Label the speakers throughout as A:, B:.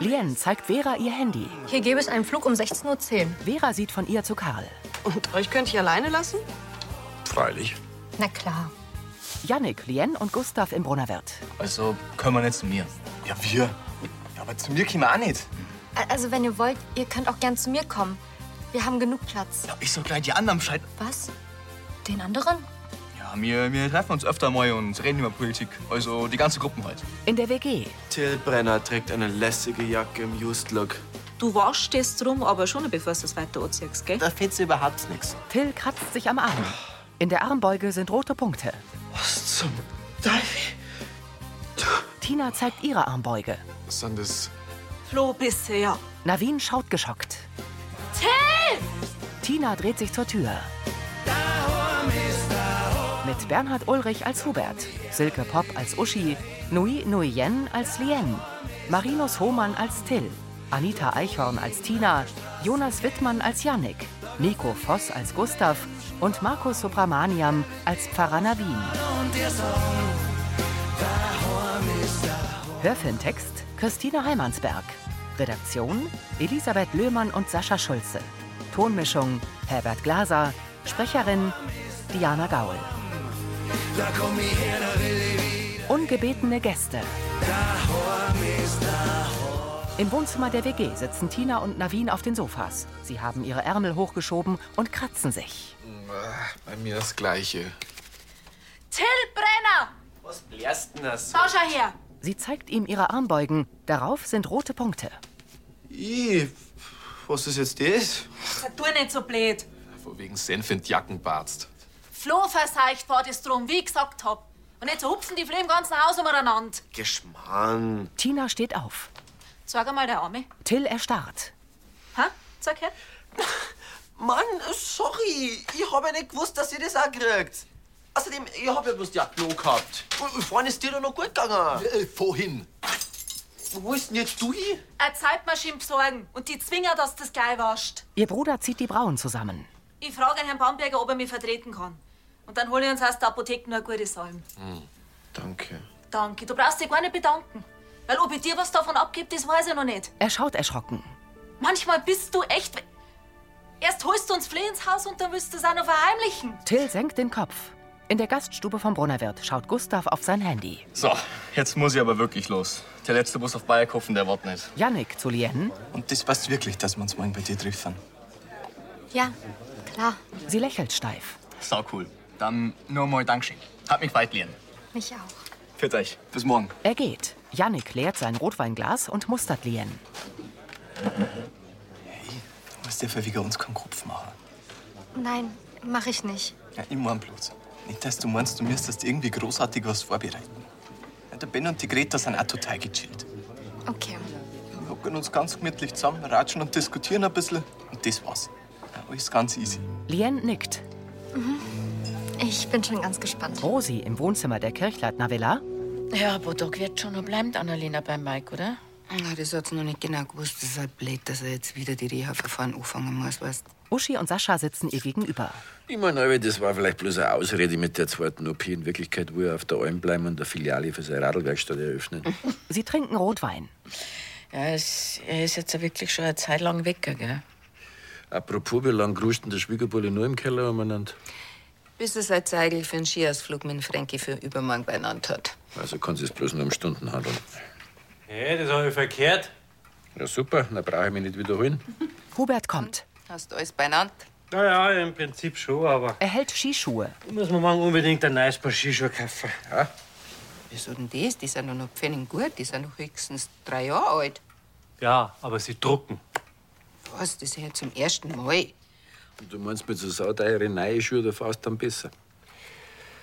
A: Lien zeigt Vera ihr Handy.
B: Hier gäbe es einen Flug um 16.10 Uhr.
A: Vera sieht von ihr zu Karl.
C: Und euch könnte ich alleine lassen?
D: Freilich.
B: Na klar.
A: Yannick, Lien und Gustav im Brunnerwirt.
E: Also können wir nicht zu mir.
D: Ja, wir. Ja, aber zu mir kämen wir auch nicht.
B: Also, wenn ihr wollt, ihr könnt auch gern zu mir kommen. Wir haben genug Platz.
E: Ja, ich so gleich die anderen Bescheid.
B: Was? Den anderen?
E: Ja, wir, wir treffen uns öfter mal und reden über Politik. Also die ganze Gruppen halt.
A: In der WG.
F: Till Brenner trägt eine lässige Jacke im Used Look.
C: Du waschst es drum, aber schon bevor du es weiter anziehst, gell?
G: Da fehlt überhaupt nichts.
A: Till kratzt sich am Arm. In der Armbeuge sind rote Punkte.
F: Was zum Teufel?
A: Tina zeigt ihre Armbeuge.
D: Was sind das?
C: Flo, bisher.
A: Navin schaut geschockt.
B: Till!
A: Tina dreht sich zur Tür. Mit Bernhard Ulrich als Hubert, Silke Popp als Uschi, Nui Nuyen als Lien, Marinus Hohmann als Till, Anita Eichhorn als Tina, Jonas Wittmann als Yannick, Nico Voss als Gustav und Markus Subramaniam als Pfarrer Navin. Hörfilmtext Christine Heimansberg. Redaktion Elisabeth Löhmann und Sascha Schulze. Tonmischung Herbert Glaser. Sprecherin Diana Gaul. Ungebetene Gäste. Im Wohnzimmer der WG sitzen Tina und Navin auf den Sofas. Sie haben ihre Ärmel hochgeschoben und kratzen sich.
D: Bei mir das Gleiche.
B: Till Brenner!
F: Was blärst denn das?
B: Schau schon her!
A: Sie zeigt ihm ihre Armbeugen. Darauf sind rote Punkte.
F: Ih, was ist jetzt das?
C: Tu nicht so blöd.
D: Von wegen Senf in Jackenbarzt.
B: Flo verseicht war das drum, wie ich gesagt hab. Und jetzt hupfen die Flee im ganzen Haus umeinander.
F: Geschmarrn.
A: Tina steht auf.
B: Sag einmal der Arme.
A: Till erstarrt.
C: Ha? Sag her.
G: Mann, sorry. Ich habe ja nicht gewusst, dass ihr das auch kriegt. Außerdem, ich habe ja bloß die Jacke noch gehabt. Und und vorhin ist dir doch noch gut gegangen.
D: Äh, vorhin.
G: Wo ist denn jetzt du hin?
B: Eine Zeitmaschine besorgen und die Zwinger, dass das gleich wascht.
A: Ihr Bruder zieht die Brauen zusammen.
B: Ich frage Herrn Bamberger, ob er mich vertreten kann. Und dann hole ich uns aus der Apotheke nur eine gute Salm.
F: Danke.
B: Danke, du brauchst dich gar nicht bedanken. Weil ob ich dir was davon abgebe, das weiß ich noch nicht.
A: Er schaut erschrocken.
B: Manchmal bist du echt... we- Erst holst du uns Fleh ins Haus und dann willst du es auch noch verheimlichen.
A: Till senkt den Kopf. In der Gaststube vom Brunnerwirt schaut Gustav auf sein Handy.
E: So, jetzt muss ich aber wirklich los. Der letzte Bus auf Bayerkofen, der wart nicht.
A: Yannick zu Lien.
E: Und das passt wirklich, dass wir uns morgen bei dir treffen.
B: Ja, klar,
A: Sie lächelt steif.
E: Sau cool. Dann nur mal Dankeschön. Hat mich weit lernen.
B: mich auch.
E: Für euch. Bis morgen.
A: Er geht. Yannick leert sein Rotweinglas und mustert Lien.
E: Du musst dir für wegen uns keinen Kopf machen.
B: Nein, mach ich nicht.
E: Ja, ich mein bloß. Nicht, dass du meinst, du müsstest irgendwie großartig was vorbereiten. Ja, der Ben und die Greta sind auch total gechillt.
B: Okay.
E: Wir hocken uns ganz gemütlich zusammen, ratschen und diskutieren ein bisschen. Und das war's. Ja, alles ganz easy.
A: Lien nickt.
H: Mhm.
B: Ich bin schon ganz gespannt.
A: Rosi im Wohnzimmer der Kirchleitner Villa.
I: Ja, Bodock wird schon noch bleiben, Annalena, beim Mike, oder?
J: Na, Ah, das hat's noch nicht genau gewusst. Das ist halt blöd, dass er jetzt wieder die Reha-Verfahren anfangen muss, weißt
A: Uschi und Sascha sitzen ihr gegenüber.
K: Ich meine, das war vielleicht bloß eine Ausrede mit der zweiten OP. In Wirklichkeit will er auf der Alm bleiben und eine Filiale für seine Radlwerkstatt eröffnen.
A: Sie trinken Rotwein.
I: Ja, es, er ist jetzt ja wirklich schon eine Zeit lang weg, gell?
K: Apropos, wie lange gruscht denn der Schwiegerbulle nur im Keller umeinander?
J: Bis er sein Zeigel für einen Skiausflug mit dem Frankie für übermorgen beieinander hat.
K: Also kann es bloß nur um Stunden handeln.
L: Hey, das habe ich verkehrt.
K: Ja, super, dann brauche ich mich nicht wiederholen.
A: Hubert kommt.
J: Hast du alles beieinander?
L: Naja, im Prinzip schon, aber
A: Er hält Skischuhe.
L: muss man morgen unbedingt ein neues Paar Skischuhe kaufen.
J: Wieso denn das? Die sind doch noch Pfennig gut. Die sind doch höchstens drei Jahre alt.
L: Ja, aber sie drucken.
J: Was? Das ist ja zum ersten Mal.
K: Und du meinst, mit so sauteuren neuen Schuhen, da fährst du dann besser.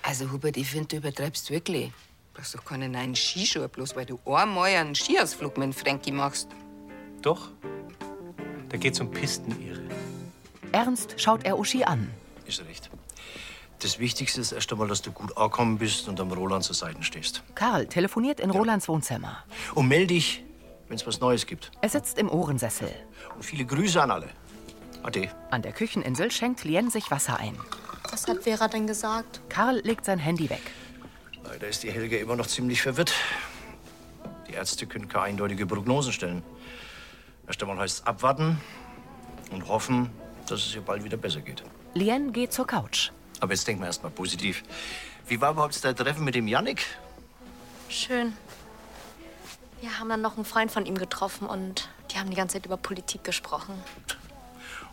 J: Also, Hubert, ich finde, du übertreibst wirklich. Du brauchst doch keine neuen Skischuhe, bloß weil du einmal einen Skiausflug mit dem Frankie machst.
L: Doch? Da geht's um Pistenehre.
A: Ernst schaut er Uschi an.
G: Ist recht. Das Wichtigste ist erst einmal, dass du gut angekommen bist und am Roland zur Seite stehst.
A: Karl telefoniert in Rolands Wohnzimmer.
G: Und melde dich, wenn es was Neues gibt.
A: Er sitzt im Ohrensessel.
G: Und viele Grüße an alle. Ade.
A: An der Kücheninsel schenkt Lien sich Wasser ein.
B: Was hat Vera denn gesagt?
A: Karl legt sein Handy weg.
G: Leider ist die Helga immer noch ziemlich verwirrt. Die Ärzte können keine eindeutige Prognosen stellen. Erst einmal heißt es abwarten und hoffen, dass es ihr bald wieder besser geht.
A: Lien geht zur Couch.
G: Aber jetzt denken wir erst mal positiv. Wie war überhaupt dein Treffen mit dem Yannick?
H: Schön. Wir haben dann noch einen Freund von ihm getroffen und die haben die ganze Zeit über Politik gesprochen.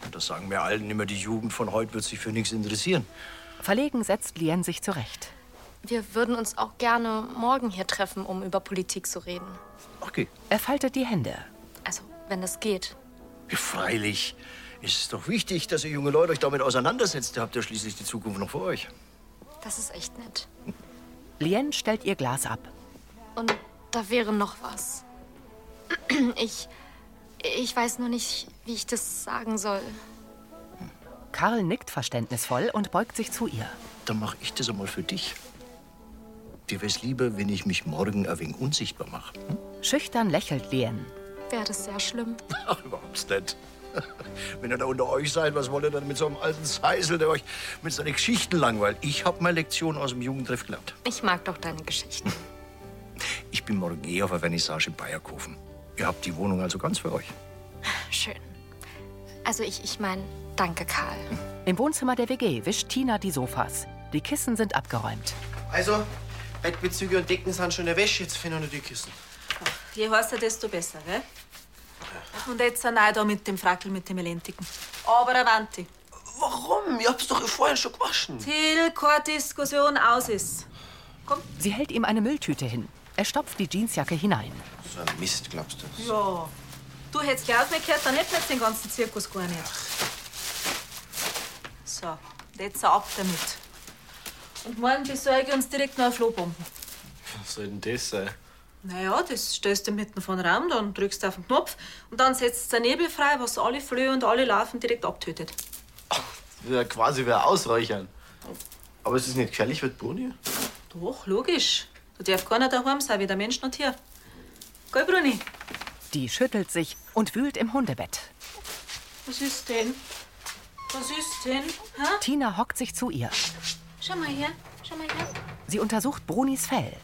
G: Und das sagen wir allen immer, die Jugend von heute wird sich für nichts interessieren.
A: Verlegen setzt Lien sich zurecht.
H: Wir würden uns auch gerne morgen hier treffen, um über Politik zu reden.
G: Okay.
A: Er faltet die Hände.
H: Also, wenn es geht.
G: Ja, freilich. Es ist doch wichtig, dass ihr junge Leute euch damit auseinandersetzt. Ihr habt ja schließlich die Zukunft noch vor euch.
H: Das ist echt nett.
A: Lien stellt ihr Glas ab.
H: Und da wäre noch was. Ich. Ich weiß nur nicht, wie ich das sagen soll.
A: Karl nickt verständnisvoll und beugt sich zu ihr.
G: Dann mache ich das einmal für dich. Dir wär's lieber, wenn ich mich morgen ein wenig unsichtbar hm? mache.
A: Schüchtern lächelt Lien.
H: Wäre das sehr schlimm.
G: Ach, überhaupt nicht. Wenn ihr da unter euch seid, was wollt ihr dann mit so einem alten Zeisel, der euch mit seinen Geschichten langweilt? Ich hab meine Lektion aus dem Jugendtreff gelernt.
H: Ich mag doch deine Geschichten.
G: Ich bin morgen eh auf der Vernissage in Bayerkofen. Ihr habt die Wohnung also ganz für euch.
H: Schön. Also ich, ich meine, danke, Karl.
A: Im Wohnzimmer der WG wischt Tina die Sofas. Die Kissen sind abgeräumt.
M: Also, Bettbezüge und Decken sind schon in der Wäsche, jetzt finden nur die Kissen.
B: Je heißer, desto besser, gell? Und jetzt auch da mit dem Frackel, mit dem Elentigen. Aber Avanti.
M: Warum? Ich hab's doch vorhin schon gewaschen.
B: Till, keine Diskussion, aus ist. Komm.
A: Sie hält ihm eine Mülltüte hin. Er stopft die Jeansjacke hinein.
M: So ein Mist, glaubst du?
B: Ja. Du hättest gleich aufgehört, dann hätten wir jetzt den ganzen Zirkus gar nicht. So, jetzt ab damit. Und morgen besorge ich uns direkt noch eine Flohbombe.
N: Was soll denn das sein?
B: Naja, das stellst du mitten von Raum, dann drückst du auf den Knopf und dann setzt der Nebel frei, was alle Flöhe und alle Larven direkt abtötet.
N: Ja, quasi wer ausräuchern. Aber es ist nicht gefährlich für die Bruni?
B: Doch, logisch. Da darf keiner daheim sein, weder Mensch noch Tier. Gell, Bruni?
A: Die schüttelt sich und wühlt im Hundebett.
B: Was ist denn? Was ist denn? Hä?
A: Tina hockt sich zu ihr.
B: Schau mal her, schau mal her.
A: Sie untersucht Brunis Fell.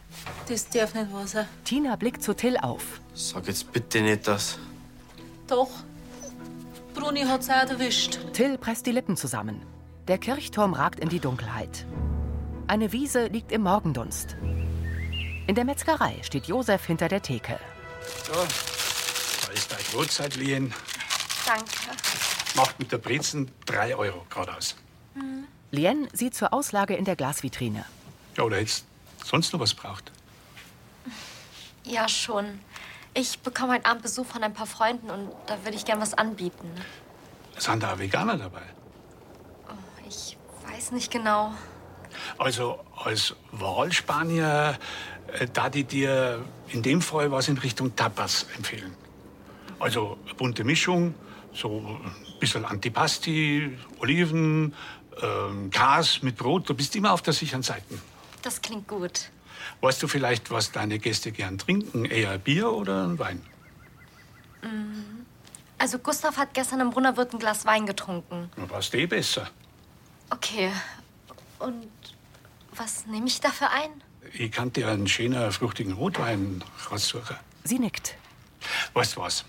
B: Das darf nicht wahr sein.
A: Tina blickt zu Till auf.
O: Sag jetzt bitte nicht das.
B: Doch. Bruni hat's auch erwischt.
A: Till presst die Lippen zusammen. Der Kirchturm ragt in die Dunkelheit. Eine Wiese liegt im Morgendunst. In der Metzgerei steht Josef hinter der Theke.
N: So, da ist dein Brotzeit, Lien.
H: Danke.
N: Macht mit der Brezen 3 Euro geradeaus.
H: Hm.
A: Lien sieht zur Auslage in der Glasvitrine.
N: Ja, oder jetzt Oh, sonst noch was braucht.
H: Ja, schon. Ich bekomme heute Abend Besuch von ein paar Freunden und da würde ich gern was anbieten.
N: Es sind da auch Veganer dabei.
H: Oh, Ich weiß nicht genau.
N: Also als Wahlspanier äh, da die dir in dem Fall was in Richtung Tapas empfehlen. Also eine bunte Mischung, so ein bisschen Antipasti, Oliven, ähm, Kas mit Brot, du bist immer auf der sicheren Seite.
H: Das klingt gut.
N: Weißt du vielleicht, was deine Gäste gern trinken? Eher Bier oder ein Wein?
H: Mm. Also Gustav hat gestern im Brunnerwirt ein Glas Wein getrunken.
N: Na, passt eh besser.
H: Okay. Und was nehme ich dafür ein?
N: Ich kann dir einen schönen, fruchtigen Rotwein raussuchen.
A: Sie nickt.
N: Weißt du was?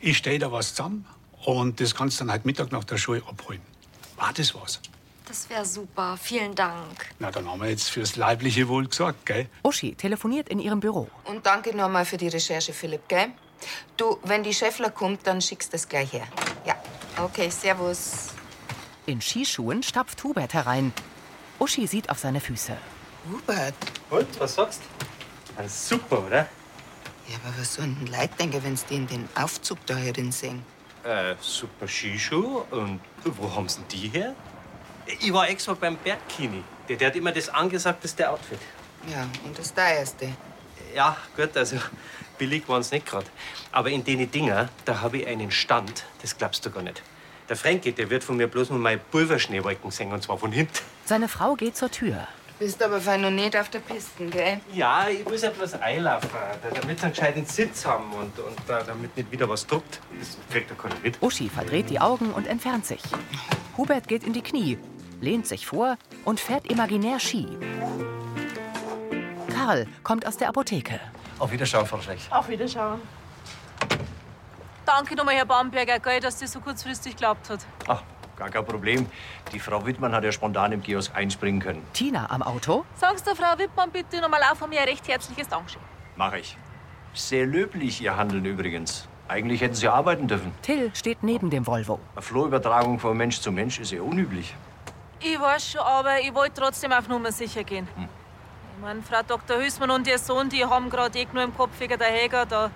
N: Ich stell da was zusammen und das kannst du dann heute Mittag nach der Schule abholen. War das was?
H: Das wäre super. Vielen Dank.
N: Na, dann haben wir jetzt fürs leibliche Wohl gesagt, gell?
A: Uschi telefoniert in ihrem Büro.
J: Und danke nochmal für die Recherche, Philipp, gell? Du, wenn die Schäffler kommt, dann schickst du das gleich her. Ja. Okay, servus.
A: In Skischuhen stapft Hubert herein. Uschi sieht auf seine Füße.
J: Hubert.
L: Und, was sagst du? Ah, Super, oder?
J: Ja, aber was sollen denn Leute denken, wenn sie den, den Aufzug da herin sehen?
L: Äh, super Skischuh. Und wo haben sie denn die her? Ich war extra beim Bergkini. Der, der hat immer das angesagteste Outfit.
J: Ja, und das teuerste.
L: Ja, gut, also billig waren's nicht gerade. Aber in den Dinger, da habe ich einen Stand, das glaubst du gar nicht. Der Frankie, der wird von mir bloß nur meine Pulverschneewolken sehen, und zwar von hinten.
A: Seine Frau geht zur Tür.
J: Du bist aber fein noch nicht auf der Piste, gell?
L: Ja, ich muss etwas einlaufen, damit sie einen gescheiten Sitz haben und, und da- damit nicht wieder was druckt. Das kriegt er keiner mit.
A: Uschi verdreht die Augen und entfernt sich. Hubert geht in die Knie, lehnt sich vor und fährt imaginär Ski. Karl kommt aus der Apotheke.
P: Auf Wiederschauen, Frau Schlecht.
B: Auf Wiederschauen. Danke nochmal, Herr Bamberger, gell, dass das so kurzfristig geklappt hat.
P: Ach, Ah, gar kein Problem. Die Frau Wittmann hat ja spontan im Kiosk einspringen können.
A: Tina am Auto?
B: Sagst der Frau Wittmann bitte nochmal auch von mir ein recht herzliches Dankeschön.
P: Mache ich. Sehr löblich Ihr Handeln übrigens. Eigentlich hätten Sie arbeiten dürfen.
A: Till steht neben dem Volvo.
P: Eine Flohübertragung von Mensch zu Mensch ist ja unüblich.
B: Ich weiß schon, aber ich wollte trotzdem auf Nummer sicher gehen. Ich meine, Frau Dr. Hüßmann und ihr Sohn, die haben gerade eh nur im Kopf wegen der Häger. Da,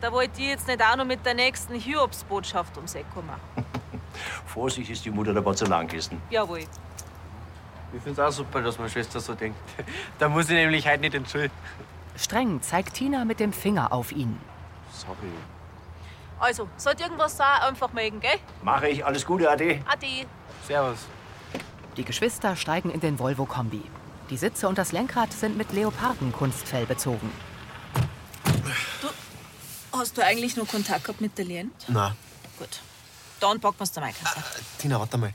B: da wollte ich jetzt nicht auch noch mit der nächsten Hiobsbotschaft ums Eck kommen.
P: Vorsicht ist die Mutter der Porzellankisten.
B: Jawohl.
L: Ich finde es auch super, dass meine Schwester so denkt. Da muss ich nämlich heute nicht entschuldigen.
A: Streng zeigt Tina mit dem Finger auf ihn.
L: Sorry.
B: Also, sollte irgendwas sein, einfach melden, gell?
P: Mache ich. Alles Gute, Ade.
B: Ade.
P: Servus.
A: Die Geschwister steigen in den Volvo-Kombi. Die Sitze und das Lenkrad sind mit Leopardenkunstfell bezogen.
B: Hast du eigentlich nur Kontakt gehabt mit der Lien?
F: Na,
B: Gut. Dann packen wir's zum Einkassen.
F: Tina, warte mal.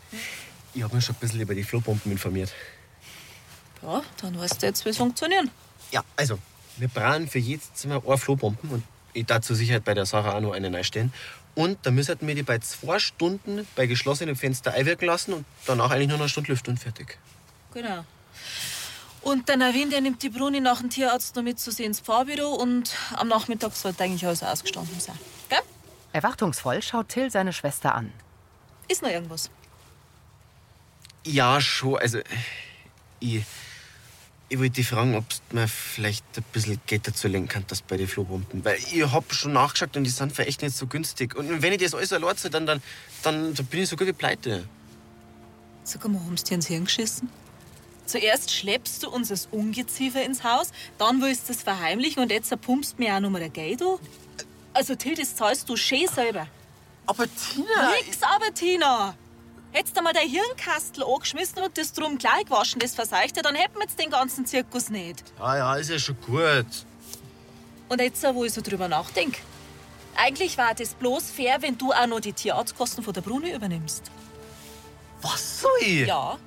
F: Ich habe mich schon ein bisschen über die Flohbomben informiert.
B: Ah. Ja, dann weißt du jetzt, wie es funktionieren.
F: Ja, also, wir brauchen für jedes Zimmer eine Flohbomben und ich darf zur Sicherheit bei der Sarah auch noch eine reinstellen. Und dann müssen wir die bei zwei Stunden bei geschlossenem Fenster einwirken lassen und danach eigentlich nur noch eine Stunde lüften und fertig.
B: Genau. Und der Navin, der nimmt die Bruni nach dem Tierarzt noch mit zu sehen ins Fahrbüro und am Nachmittag sollte eigentlich alles ausgestanden sein. Gell?
A: Erwartungsvoll schaut Till seine Schwester an.
B: Ist noch irgendwas?
F: Ja, schon. Also, ich, ich wollte dich fragen, ob du mir vielleicht ein bisschen Geld dazu lenken kannst, dass bei den Flohbomben. Weil ich hab schon nachgeschaut und die sind für echt nicht so günstig. Und wenn ich das alles erlaubt soll, dann, dann, dann, dann bin ich so gut wie pleite.
B: Sag mal, haben sie dir ins Hirn geschissen? Zuerst schleppst du uns das Ungeziefer ins Haus, dann willst du es verheimlichen und jetzt pumpst mir auch noch mal ein Geld an? Also, Till, das zahlst du schön selber.
M: Aber Tina...
B: Nix aber, Tina! Hättest du mal dein Hirnkastel angeschmissen und das drum gleich gewaschen, das verseichte, dann hätten wir jetzt den ganzen Zirkus nicht.
F: Ja, ja, ist ja schon gut.
B: Und jetzt, wo ich so drüber nachdenke. Eigentlich war das bloß fair, wenn du auch noch die Tierarztkosten von der Brune übernimmst.
M: Was soll ich?
B: Ja.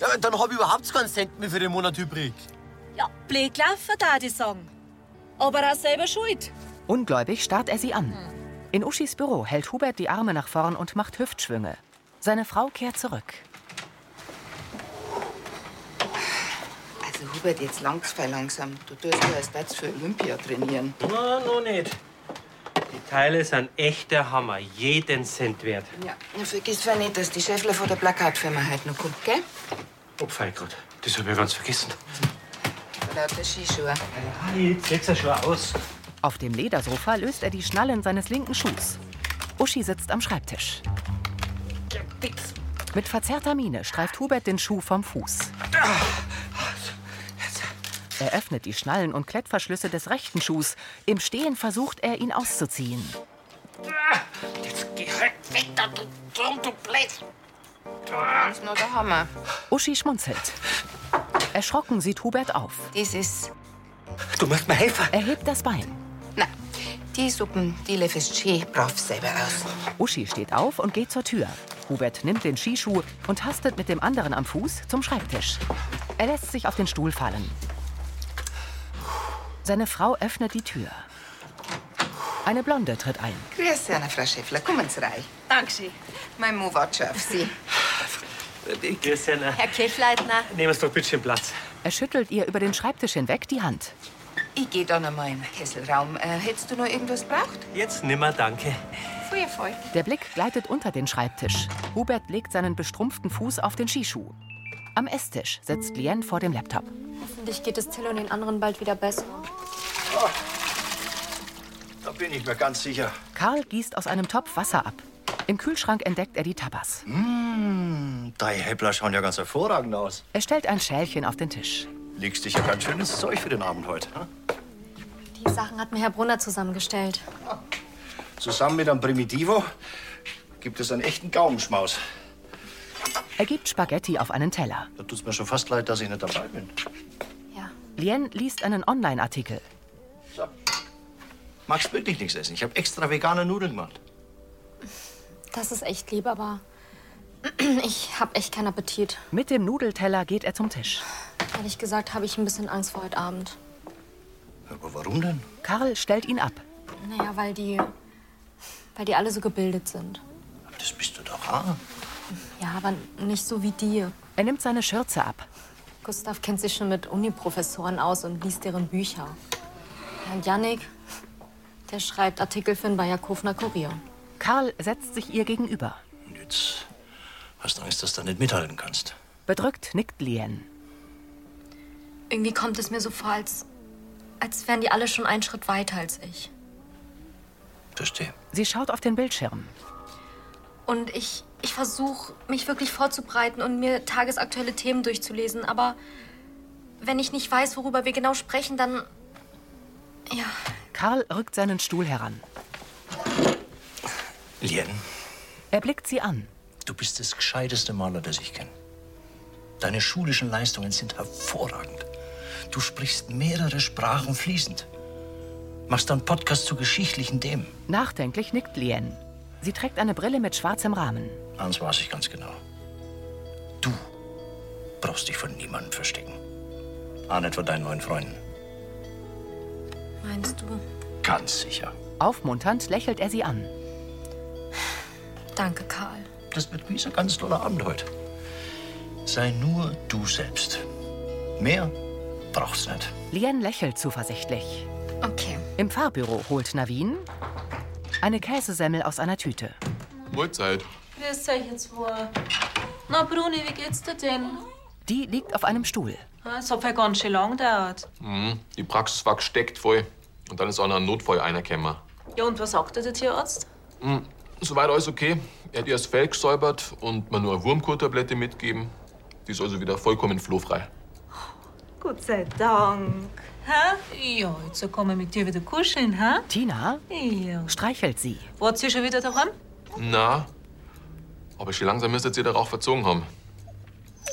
M: Ja, aber dann hab ich überhaupt keinen Cent mehr für den Monat übrig.
B: Ja, blöd laufen, da die sagen. Aber auch selber schuld.
A: Ungläubig starrt er sie an. In Uschis Büro hält Hubert die Arme nach vorn und macht Hüftschwünge. Seine Frau kehrt zurück.
J: Also Hubert, jetzt langt's voll langsam. Du tust ja als Deutsch für Olympia trainieren.
L: Na, noch nicht. Die Teile sind echt der Hammer. Jeden Cent wert.
J: Ja, na, vergiss zwar nicht, dass die Schäffler von der Plakatfirma heute noch kommt, gell?
L: Oh, Feigrad. Das habe ich ganz vergessen.
J: Lauter Skischuhe.
L: Jetzt sieht's ja schon aus.
A: Auf dem Ledersofa löst er die Schnallen seines linken Schuhs. Uschi sitzt am Schreibtisch. Mit verzerrter Miene streift Hubert den Schuh vom Fuß. Er öffnet die Schnallen und Klettverschlüsse des rechten Schuhs. Im Stehen versucht er, ihn auszuziehen.
L: Ah,
M: Jetzt geh halt weg da, du dumm, du Blöd.
J: Das ist nur der Hammer.
A: Uschi schmunzelt. Erschrocken sieht Hubert auf.
J: Das ist.
A: Du musst mir helfen. Er hebt das Bein.
J: Na, die Suppen, die läufst schön brav selber aus.
A: Uschi steht auf und geht zur Tür. Hubert nimmt den Skischuh und tastet mit dem anderen am Fuß zum Schreibtisch. Er lässt sich auf den Stuhl fallen. Seine Frau öffnet die Tür. Eine Blonde tritt ein.
J: Grüß Sie, Anna, Frau Schäffler. Kommen Sie rein.
B: Dankeschön.
J: Mein Mo wartet schon auf Sie.
L: Grüß dich, Anna.
Q: Herr Kirchleitner.
L: Nehmen Sie doch bitte schön Platz.
A: Er schüttelt ihr über den Schreibtisch hinweg die Hand.
J: Ich gehe dann einmal in den Kesselraum. Äh, hättest du noch irgendwas braucht?
L: Jetzt nimmer danke.
J: Voll, voll.
A: Der Blick gleitet unter den Schreibtisch. Hubert legt seinen bestrumpften Fuß auf den Skischuh. Am Esstisch sitzt Lien vor dem Laptop.
H: Hoffentlich geht es Till und den anderen bald wieder besser.
E: Da bin ich mir ganz sicher.
A: Karl gießt aus einem Topf Wasser ab. Im Kühlschrank entdeckt er die Tapas.
E: Deine Häppler schauen ja ganz hervorragend aus.
A: Er stellt ein Schälchen auf den Tisch.
E: Legst dich ja ganz schönes Zeug für den Abend heute. Ne?
H: Die Sachen hat mir Herr Brunner zusammengestellt.
E: Zusammen mit einem Primitivo gibt es einen echten Gaumenschmaus.
A: Er gibt Spaghetti auf einen Teller.
E: Da tut's mir schon fast leid, dass ich nicht dabei bin.
A: Lien liest einen Online-Artikel.
E: Magst wirklich nichts essen? Ich habe extra vegane Nudeln gemacht.
H: Das ist echt lieb, aber ich habe echt keinen Appetit.
A: Mit dem Nudelteller geht er zum Tisch.
H: Ehrlich gesagt habe ich ein bisschen Angst vor heute Abend.
G: Aber warum denn?
A: Karl stellt ihn ab.
H: Naja, weil die. weil die alle so gebildet sind.
G: Das bist du doch auch.
H: Ja, aber nicht so wie die.
A: Er nimmt seine Schürze ab.
H: Gustav kennt sich schon mit Uni-Professoren aus und liest deren Bücher. Ja, Und Yannick, der schreibt Artikel für den Bayer Kofner Kurier.
A: Karl setzt sich ihr gegenüber.
G: Jetzt hast du Angst, dass du da nicht mithalten kannst.
A: Bedrückt nickt Lien.
H: Irgendwie kommt es mir so vor, als, als wären die alle schon einen Schritt weiter als ich.
G: Verstehe.
A: Sie schaut auf den Bildschirm.
H: Und ich, ich versuche, mich wirklich vorzubereiten und mir tagesaktuelle Themen durchzulesen. Aber wenn ich nicht weiß, worüber wir genau sprechen, dann. Ja,
A: Karl rückt seinen Stuhl heran.
G: Lien,
A: Er blickt sie an.
G: du bist das gescheiteste Maler, das ich kenne. Deine schulischen Leistungen sind hervorragend. Du sprichst mehrere Sprachen fließend. Machst einen Podcast zu geschichtlichen Themen.
A: Nachdenklich nickt Lien. Sie trägt eine Brille mit schwarzem Rahmen.
G: Eins weiß ich ganz genau. Du brauchst dich von niemandem verstecken. Auch nicht von deinen neuen Freunden.
H: meinst du?
G: Ganz sicher.
A: Aufmunternd lächelt er sie an.
H: Danke, Karl.
G: Das wird wie ein ganz toller Abend heute. Sei Äh, nur du selbst. Mehr braucht's nicht.
A: Lien lächelt zuversichtlich.
H: Okay.
A: Im Fahrbüro holt Navin eine Käsesemmel aus einer Tüte.
D: Mahlzeit.
B: Grüß euch jetzt wohl. Na, Bruni, wie geht's dir denn?
A: Die liegt auf einem Stuhl.
B: Ah, Es hat ja ganz schön lang gedauert.
D: Mhm. Die Praxis war gesteckt voll. Und dann ist auch noch ein Notfall einer gekommen.
B: Ja, und was sagt dir der Tierarzt?
D: Mhm. Soweit alles okay. Er hat ihr das Fell gesäubert und mir nur eine Wurmkurtablette mitgegeben. Die ist also wieder vollkommen flohfrei.
B: Gott sei Dank. Hä? Ja, jetzt kann man mit dir wieder kuscheln, hä?
A: Tina?
B: Ja.
A: Streichelt sie.
B: Wart ihr schon wieder daheim?
D: Na, aber schon langsam müsstet ihr da auch verzogen haben.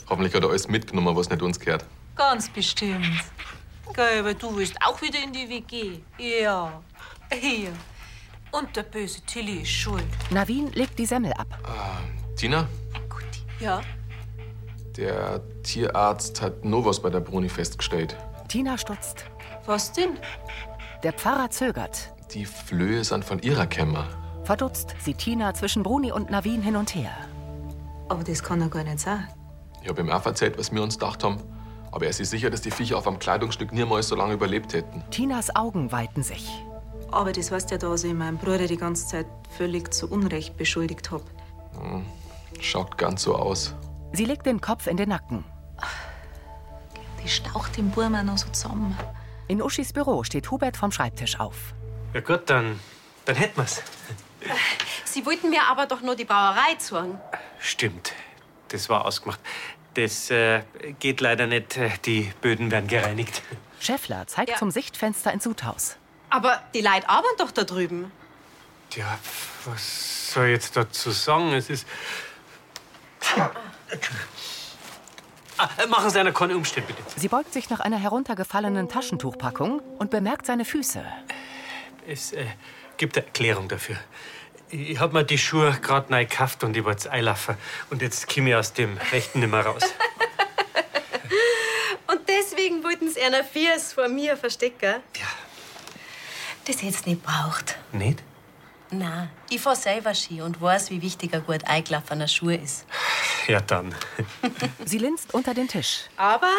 D: Hoffentlich hat er alles mitgenommen, was nicht uns gehört.
B: Ganz bestimmt. Gell, aber du willst auch wieder in die WG. Ja. Hier. Und der böse Tilly ist schuld.
A: Navin legt die Semmel ab.
D: Ah, Tina,
B: Ja.
D: der Tierarzt hat nur was bei der Bruni festgestellt.
A: Tina stutzt.
B: Was denn?
A: Der Pfarrer zögert.
D: Die Flöhe sind von ihrer Kämmer.
A: Verdutzt sieht Tina zwischen Bruni und Navin hin und her.
B: Aber das kann doch gar nicht sein.
D: Ich habe ihm auch erzählt, was wir uns gedacht haben. Aber er ist sich sicher, dass die Viecher auf einem Kleidungsstück niemals so lange überlebt hätten.
A: Tinas Augen weiten sich.
B: Aber das weißt ja, dass ich meinen Bruder die ganze Zeit völlig zu Unrecht beschuldigt hab.
D: Hm, Schaut ganz so aus.
A: Sie legt den Kopf in den Nacken.
B: Die staucht den Burm auch noch so zusammen.
A: In Uschis Büro steht Hubert vom Schreibtisch auf.
L: Ja gut, dann, dann hätten wir's.
R: Sie wollten mir aber doch nur die Brauerei zeigen.
L: Stimmt, das war ausgemacht. Das äh, geht leider nicht. Äh, Die Böden werden gereinigt.
A: Schäffler zeigt zum Sichtfenster ins Sudhaus.
R: Aber die Leute arbeiten doch da drüben.
L: Ja, was soll ich jetzt dazu sagen? Es ist. Ah, äh, machen Sie einer keinen Umstand, bitte.
A: Sie beugt sich nach einer heruntergefallenen Taschentuchpackung und bemerkt seine Füße.
L: Es äh, gibt eine Erklärung dafür. Ich hab mir die Schuhe gerade neu gekauft und ich wollte einlaufen. Und jetzt komme ich aus dem Rechten nicht mehr raus.
R: Und deswegen wollten sie einer Fiers vor mir verstecken. Ja. Das hätt's nicht braucht.
L: Nicht?
R: Na, ich fahr selber Ski und weiß, wie wichtig ein gut eingelaufener Schuh ist.
L: Ja, dann.
A: Sie linst unter den Tisch.
R: Aber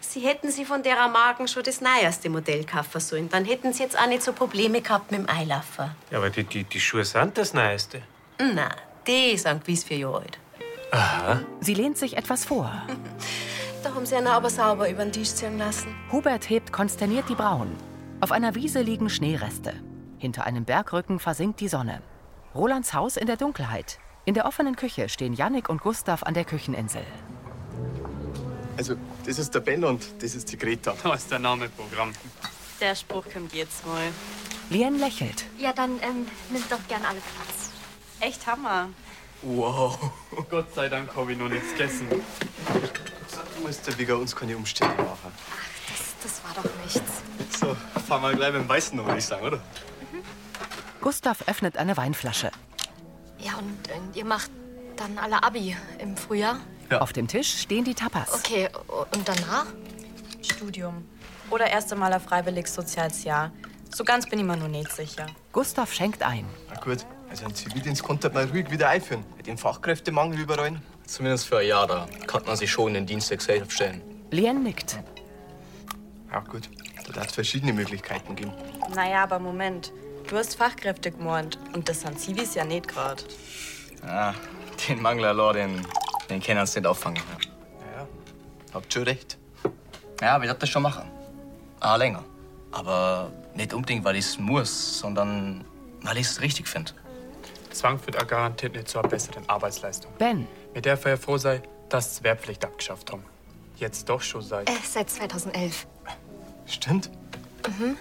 R: sie hätten sie von derer Marken schon das neueste Modell kaufen sollen. Dann hätten sie jetzt auch nicht so Probleme gehabt mit dem Einlaufen.
L: Ja, aber die, die, die Schuhe sind das Neueste.
R: Na, die sind gewiss vier Jahre alt.
L: Aha.
A: Sie lehnt sich etwas vor.
R: Da haben sie einen aber sauber über den Tisch ziehen lassen.
A: Hubert hebt konsterniert die Brauen. Auf einer Wiese liegen Schneereste. Hinter einem Bergrücken versinkt die Sonne. Rolands Haus in der Dunkelheit. In der offenen Küche stehen Jannik und Gustav an der Kücheninsel.
E: Also, das ist der Ben und das ist die Greta.
L: Da ist der Name Programm.
I: Der Spruch kommt jetzt mal.
A: Lien lächelt.
H: Ja, dann ähm, nimmt doch gern alle Platz.
I: Echt Hammer.
E: Wow.
O: Gott sei Dank habe ich noch nichts gegessen.
E: Du musst ja wegen uns keine Umstände machen.
H: Das war doch nichts.
E: So, fahren wir gleich mit dem Weißen noch, würde ich sagen, oder?
A: Gustav öffnet eine Weinflasche.
H: Ja, und äh, ihr macht dann alle Abi im Frühjahr?
A: Auf dem Tisch stehen die Tapas.
H: Okay, und danach? Studium.
I: oder erst einmal ein freiwilliges soziales Jahr. So ganz bin ich mir noch nicht sicher.
A: Gustav schenkt ein.
S: Na gut, also einen Zivildienst konnte man ruhig wieder einführen. Mit dem Fachkräftemangel überall.
E: Zumindest für ein Jahr, da kann man sich schon in den Dienst der Gesellschaft stellen.
A: Lien nickt.
S: Ja, gut. Da darf es verschiedene Möglichkeiten geben.
I: Naja, aber Moment. Du hast Fachkräfte gemahnt. Und das sind Zivis ja nicht gerade.
E: Ah, den Mangler Law, den, den können uns nicht auffangen.
S: Ja, habt schon recht.
E: Ja, aber ich darf das schon machen. Ah, länger. Aber nicht unbedingt, weil ich es muss, sondern weil ich es richtig finde.
T: Zwang führt auch garantiert nicht zu einer besseren Arbeitsleistung.
A: Ben.
T: Mit der wir ja froh sei, dass die Wehrpflicht abgeschafft haben. Jetzt doch schon seit.
H: Äh, seit 2011.
S: Stimmt.
H: Mhm.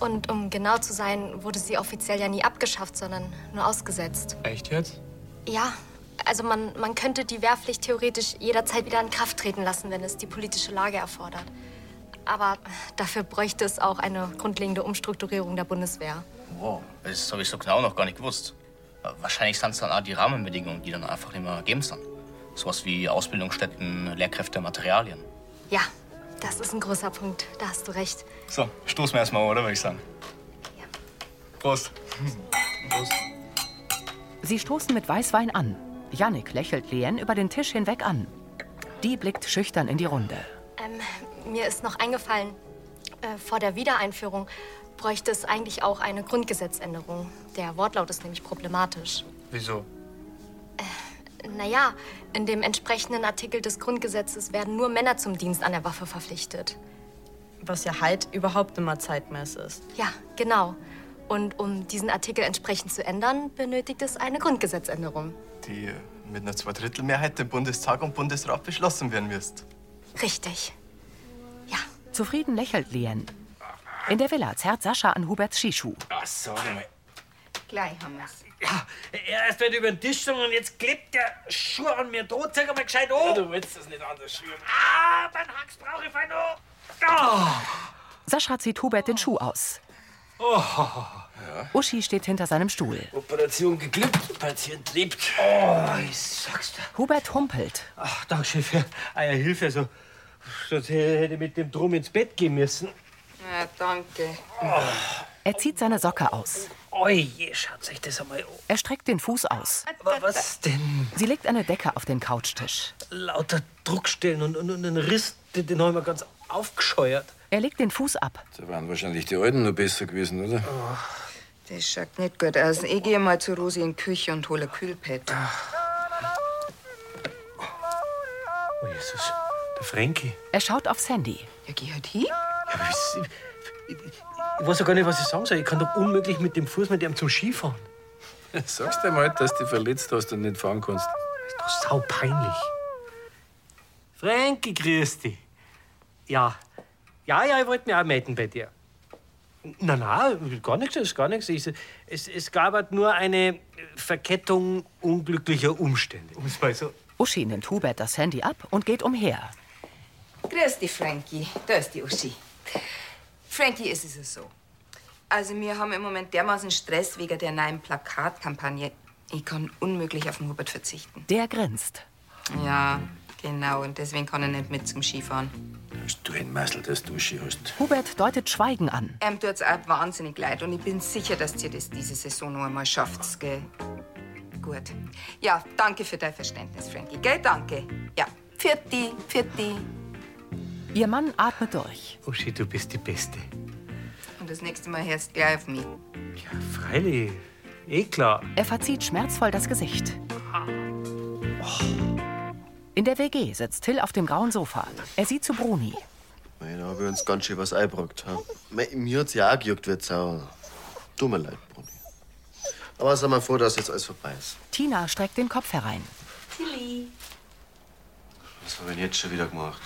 H: Und um genau zu sein, wurde sie offiziell ja nie abgeschafft, sondern nur ausgesetzt.
T: Echt jetzt?
H: Ja, also man, man könnte die Wehrpflicht theoretisch jederzeit wieder in Kraft treten lassen, wenn es die politische Lage erfordert. Aber dafür bräuchte es auch eine grundlegende Umstrukturierung der Bundeswehr.
E: Wow, Oh, das habe ich so genau noch gar nicht gewusst. Wahrscheinlich sind es dann auch die Rahmenbedingungen, die dann einfach nicht mehr gegeben sind. Sowas wie Ausbildungsstätten, Lehrkräfte, Materialien.
H: Ja, das ist ein großer Punkt. Da hast du recht.
E: So, stoßen wir erstmal, oder würde ich sagen? Prost. Prost.
A: Sie stoßen mit Weißwein an. Jannik lächelt Lien über den Tisch hinweg an. Die blickt schüchtern in die Runde.
H: Ähm, mir ist noch eingefallen, äh, vor der Wiedereinführung bräuchte es eigentlich auch eine Grundgesetzänderung. Der Wortlaut ist nämlich problematisch.
T: Wieso?
H: Naja, in dem entsprechenden Artikel des Grundgesetzes werden nur Männer zum Dienst an der Waffe verpflichtet.
I: Was ja halt überhaupt immer zeitmäßig ist.
H: Ja, genau. Und um diesen Artikel entsprechend zu ändern, benötigt es eine Grundgesetzänderung.
S: Die äh, mit einer Zweidrittelmehrheit im Bundestag und Bundesrat beschlossen werden wirst.
H: Richtig.
A: Zufrieden lächelt Lien. In der Villa zerrt Sascha an Huberts Skischuh.
L: Ach, sorry mal.
J: Gleich haben wir's.
L: Ja, erst wird über den Tisch gegangen und jetzt klebt der Schuh an mir dran. Zeig mal gescheit an. du willst das nicht anders schüren. Ah, beim Hacks brauche ich fein an.
A: Sascha zieht Hubert den Schuh aus.
L: Oh.
A: Uschi steht hinter seinem Stuhl.
L: Operation geglückt, Patient lebt. Oh, ich sag's dir.
A: Hubert humpelt.
L: Ach, Dankeschön für eure Hilfe. Also, sonst hätte ich mit dem Drum ins Bett gehen müssen.
J: Ja, danke.
A: Er zieht seine Socke aus.
L: Oh, Oje, schaut euch das einmal an.
A: Er streckt den Fuß aus.
L: Aber was denn?
A: Sie legt eine Decke auf den Couchtisch.
L: Lauter Druckstellen und, und, und einen Riss, den, den haben wir ganz aufgescheuert.
A: Er legt den Fuß ab.
K: Da waren wahrscheinlich die Alten noch besser gewesen, oder?
J: Das schaut nicht gut aus. Ich gehe mal zu Rosi in die Küche und hole ein Kühlpad.
L: Ah. Oh, Jesus, der Frankie.
A: Er schaut aufs Handy.
J: Ja, geh halt hin.
L: Ja, aber ich, ich weiß ja gar nicht, was ich sagen soll. Ich kann doch unmöglich mit dem Fuß mit ihm zum Skifahren.
K: Sagst du mal, dass du dich verletzt hast und nicht fahren kannst.
L: Das ist doch sau peinlich. Frankie, grüß dich. Ja, ja, ja, ich wollte mich auch melden bei dir. Na, na, gar nichts, ist gar nichts. Ich, es, es gab halt nur eine Verkettung unglücklicher Umstände. Um es mal so.
A: Uschi nimmt Hubert das Handy ab und geht umher.
J: Grüß dich, Frankie. Da ist die Uschi. Frankie, es ist es so. Also, wir haben im Moment dermaßen Stress wegen der neuen Plakatkampagne. Ich kann unmöglich auf den Hubert verzichten.
A: Der grinst.
L: Mhm.
J: Ja, genau. Und deswegen kann er nicht mit zum Skifahren.
K: Du ein Meißel, dass du Ski hast.
A: Hubert deutet Schweigen an.
J: Ihm tut's Ähm, auch wahnsinnig leid. Und ich bin sicher, dass ihr das diese Saison noch einmal schafft, gell? Gut. Ja, danke für dein Verständnis, Frankie. Gell, danke. Ja. Für die, für die.
A: Ihr Mann atmet durch.
L: Uschi, Oh, du bist die Beste.
J: Und das nächste Mal hörst du gleich auf mich.
L: Freilich, eh klar.
A: Er verzieht schmerzvoll das Gesicht.
L: Oh.
A: In der WG sitzt Till auf dem grauen Sofa. Er sieht zu Bruni.
F: Mei, da hab ich uns ganz schön was eingebracht. ha. Mei, mir hat's ja auch gejuckt, wird Sau. Tut mir leid, Bruni. Aber sind wir froh, dass jetzt alles vorbei ist.
A: Tina streckt den Kopf herein.
B: Tilly.
F: Was haben wir denn jetzt schon wieder gemacht?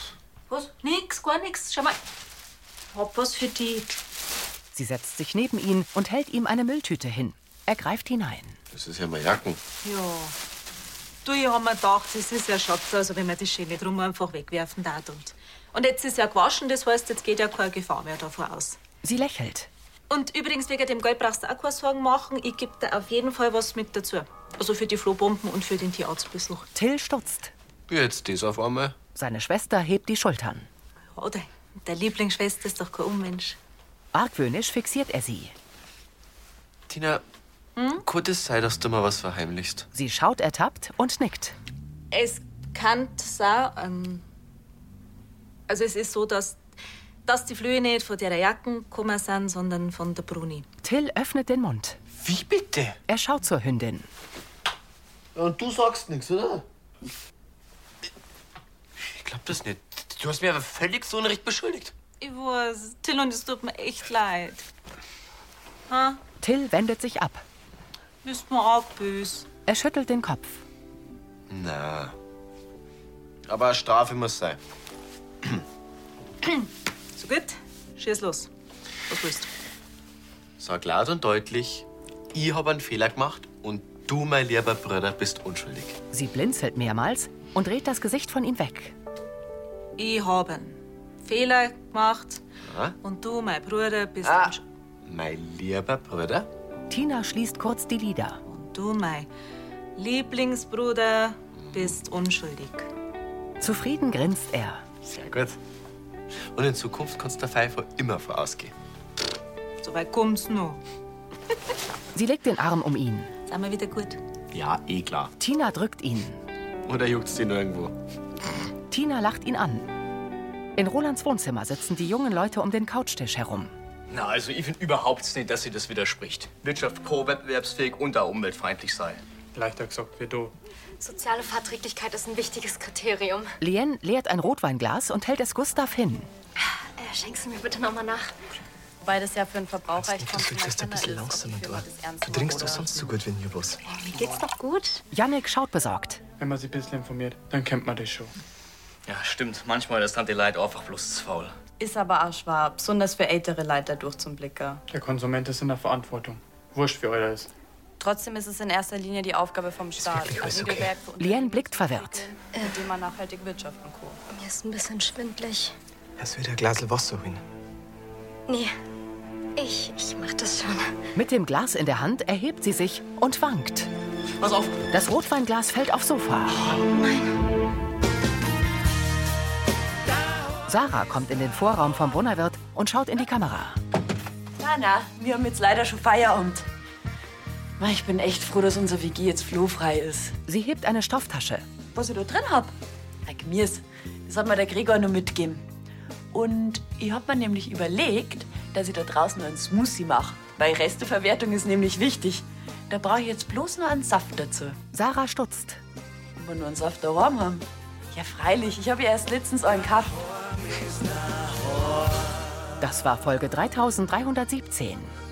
B: Was? Nix, gar nix. Schau mal. Hab was für die.
A: Sie setzt sich neben ihn und hält ihm eine Mülltüte hin. Er greift hinein.
F: Das ist ja meine Jacken.
U: Ja. Du, ich hab mir gedacht, es ist ja schon so, also wenn wir die Schiene drum einfach wegwerfen darf. Und,
B: Und jetzt ist ja gewaschen, das heißt, jetzt geht ja keine Gefahr mehr davon aus.
A: Sie lächelt.
B: Und übrigens, wegen dem Geld brauchst du auch keine Sorgen machen. Ich geb dir auf jeden Fall was mit dazu. Also für die Flohbomben und für den Tierarztbüssel.
A: Till stutzt.
E: Jetzt das auf einmal.
A: Seine Schwester hebt die Schultern.
B: Oder? Der Lieblingsschwester ist doch kein Unmensch.
A: Argwöhnisch fixiert er sie.
F: Tina,
B: Hm?
F: könnte es sein, dass du mir was verheimlichst?
A: Sie schaut ertappt und nickt.
B: Es kann sein. Ähm, also, es ist so, dass, dass die Flöhe nicht von der Jacken gekommen sind, sondern von der Bruni.
A: Till öffnet den Mund.
V: Wie bitte?
A: Er schaut zur Hündin.
W: Und du sagst nichts, oder?
X: Ich glaub das nicht. Du hast mir aber völlig so Unrecht beschuldigt.
B: Ich weiß, Till, und es tut mir echt leid. Ha,
A: Till wendet sich ab.
B: bist mir auch böse.
A: Er schüttelt den Kopf.
F: Na. Aber eine Strafe muss sein.
B: So gut, schieß los. Was willst du?
F: Sag laut und deutlich, ich habe einen Fehler gemacht und du, mein lieber Bruder, bist unschuldig.
A: Sie blinzelt mehrmals und dreht das Gesicht von ihm weg.
B: Ich habe einen Fehler gemacht
F: Ja?
B: und du, mein Bruder, bist unsch-
F: Mein lieber Bruder?
A: Tina schließt kurz die Lider.
B: du, mein Lieblingsbruder, bist unschuldig.
A: Zufrieden grinst er.
F: Sehr gut. Und in Zukunft kannst du der Pfeife immer vorausgehen.
B: So weit kommt's noch.
A: Sie legt den Arm um ihn.
B: Sind wir wieder gut?
F: Ja, eh klar.
A: Tina drückt ihn.
F: Oder juckt's dir nur irgendwo?
A: Tina lacht ihn an. In Rolands Wohnzimmer sitzen die jungen Leute um den Couchtisch herum.
E: Na, also ich finde überhaupt nicht, dass sie das widerspricht. Wirtschaft pro, wettbewerbsfähig und auch umweltfreundlich sei.
Y: Leichter gesagt wie du.
H: Soziale Verträglichkeit ist ein wichtiges Kriterium.
A: Lien leert ein Rotweinglas und hält es Gustav hin.
H: Äh, schenkst du mir bitte nochmal nach?
I: Wobei das ja für einen Verbraucher echt
V: Du
I: komplett
V: fährst ein bisschen
I: also
V: langsamer durch. Du trinkst doch sonst so gut wie nie was.
H: Mir geht's doch gut.
A: Yannick schaut besorgt.
Y: Wenn man sich ein bisschen informiert, dann kennt man das schon.
E: Ja, stimmt. Manchmal ist Tante Leid einfach bloß zu faul.
I: Ist aber auch schwer, besonders für ältere Leute durch zum Blicker.
Y: Der Konsument ist in der Verantwortung. Wurscht, wie euer ist.
I: Trotzdem ist es in erster Linie die Aufgabe vom Staat, ein Regelwerk für
A: Lien blickt verwirrt.
I: Unternehmen, mit dem man nachhaltig wirtschaften kann.
H: Mir ist ein bisschen schwindlig.
V: Hast du wieder ein Glas Wasser holen?
H: Nee, ich, ich mach das schon.
A: Mit dem Glas in der Hand erhebt sie sich und wankt.
E: Pass auf!
A: Das Rotweinglas fällt aufs Sofa. Sarah kommt in den Vorraum vom Brunnerwirt und schaut in die Kamera.
Z: Na, na, wir haben jetzt leider schon Feierabend. Mei, Ich bin echt froh, dass unser WG jetzt flohfrei ist.
A: Sie hebt eine Stofftasche.
Z: Was ich da drin hab? Ein Gemüse. Das hat mir der Gregor nur mitgegeben. Und ich hab mir nämlich überlegt, dass ich da draußen noch einen Smoothie mache. Weil Resteverwertung ist nämlich wichtig. Da brauche ich jetzt bloß nur einen Saft dazu.
A: Sarah stutzt.
Z: Und wir nur einen Saft daheim haben. Ja, freilich. Ich habe ja erst letztens einen Kaffee.
A: Das war Folge 3317.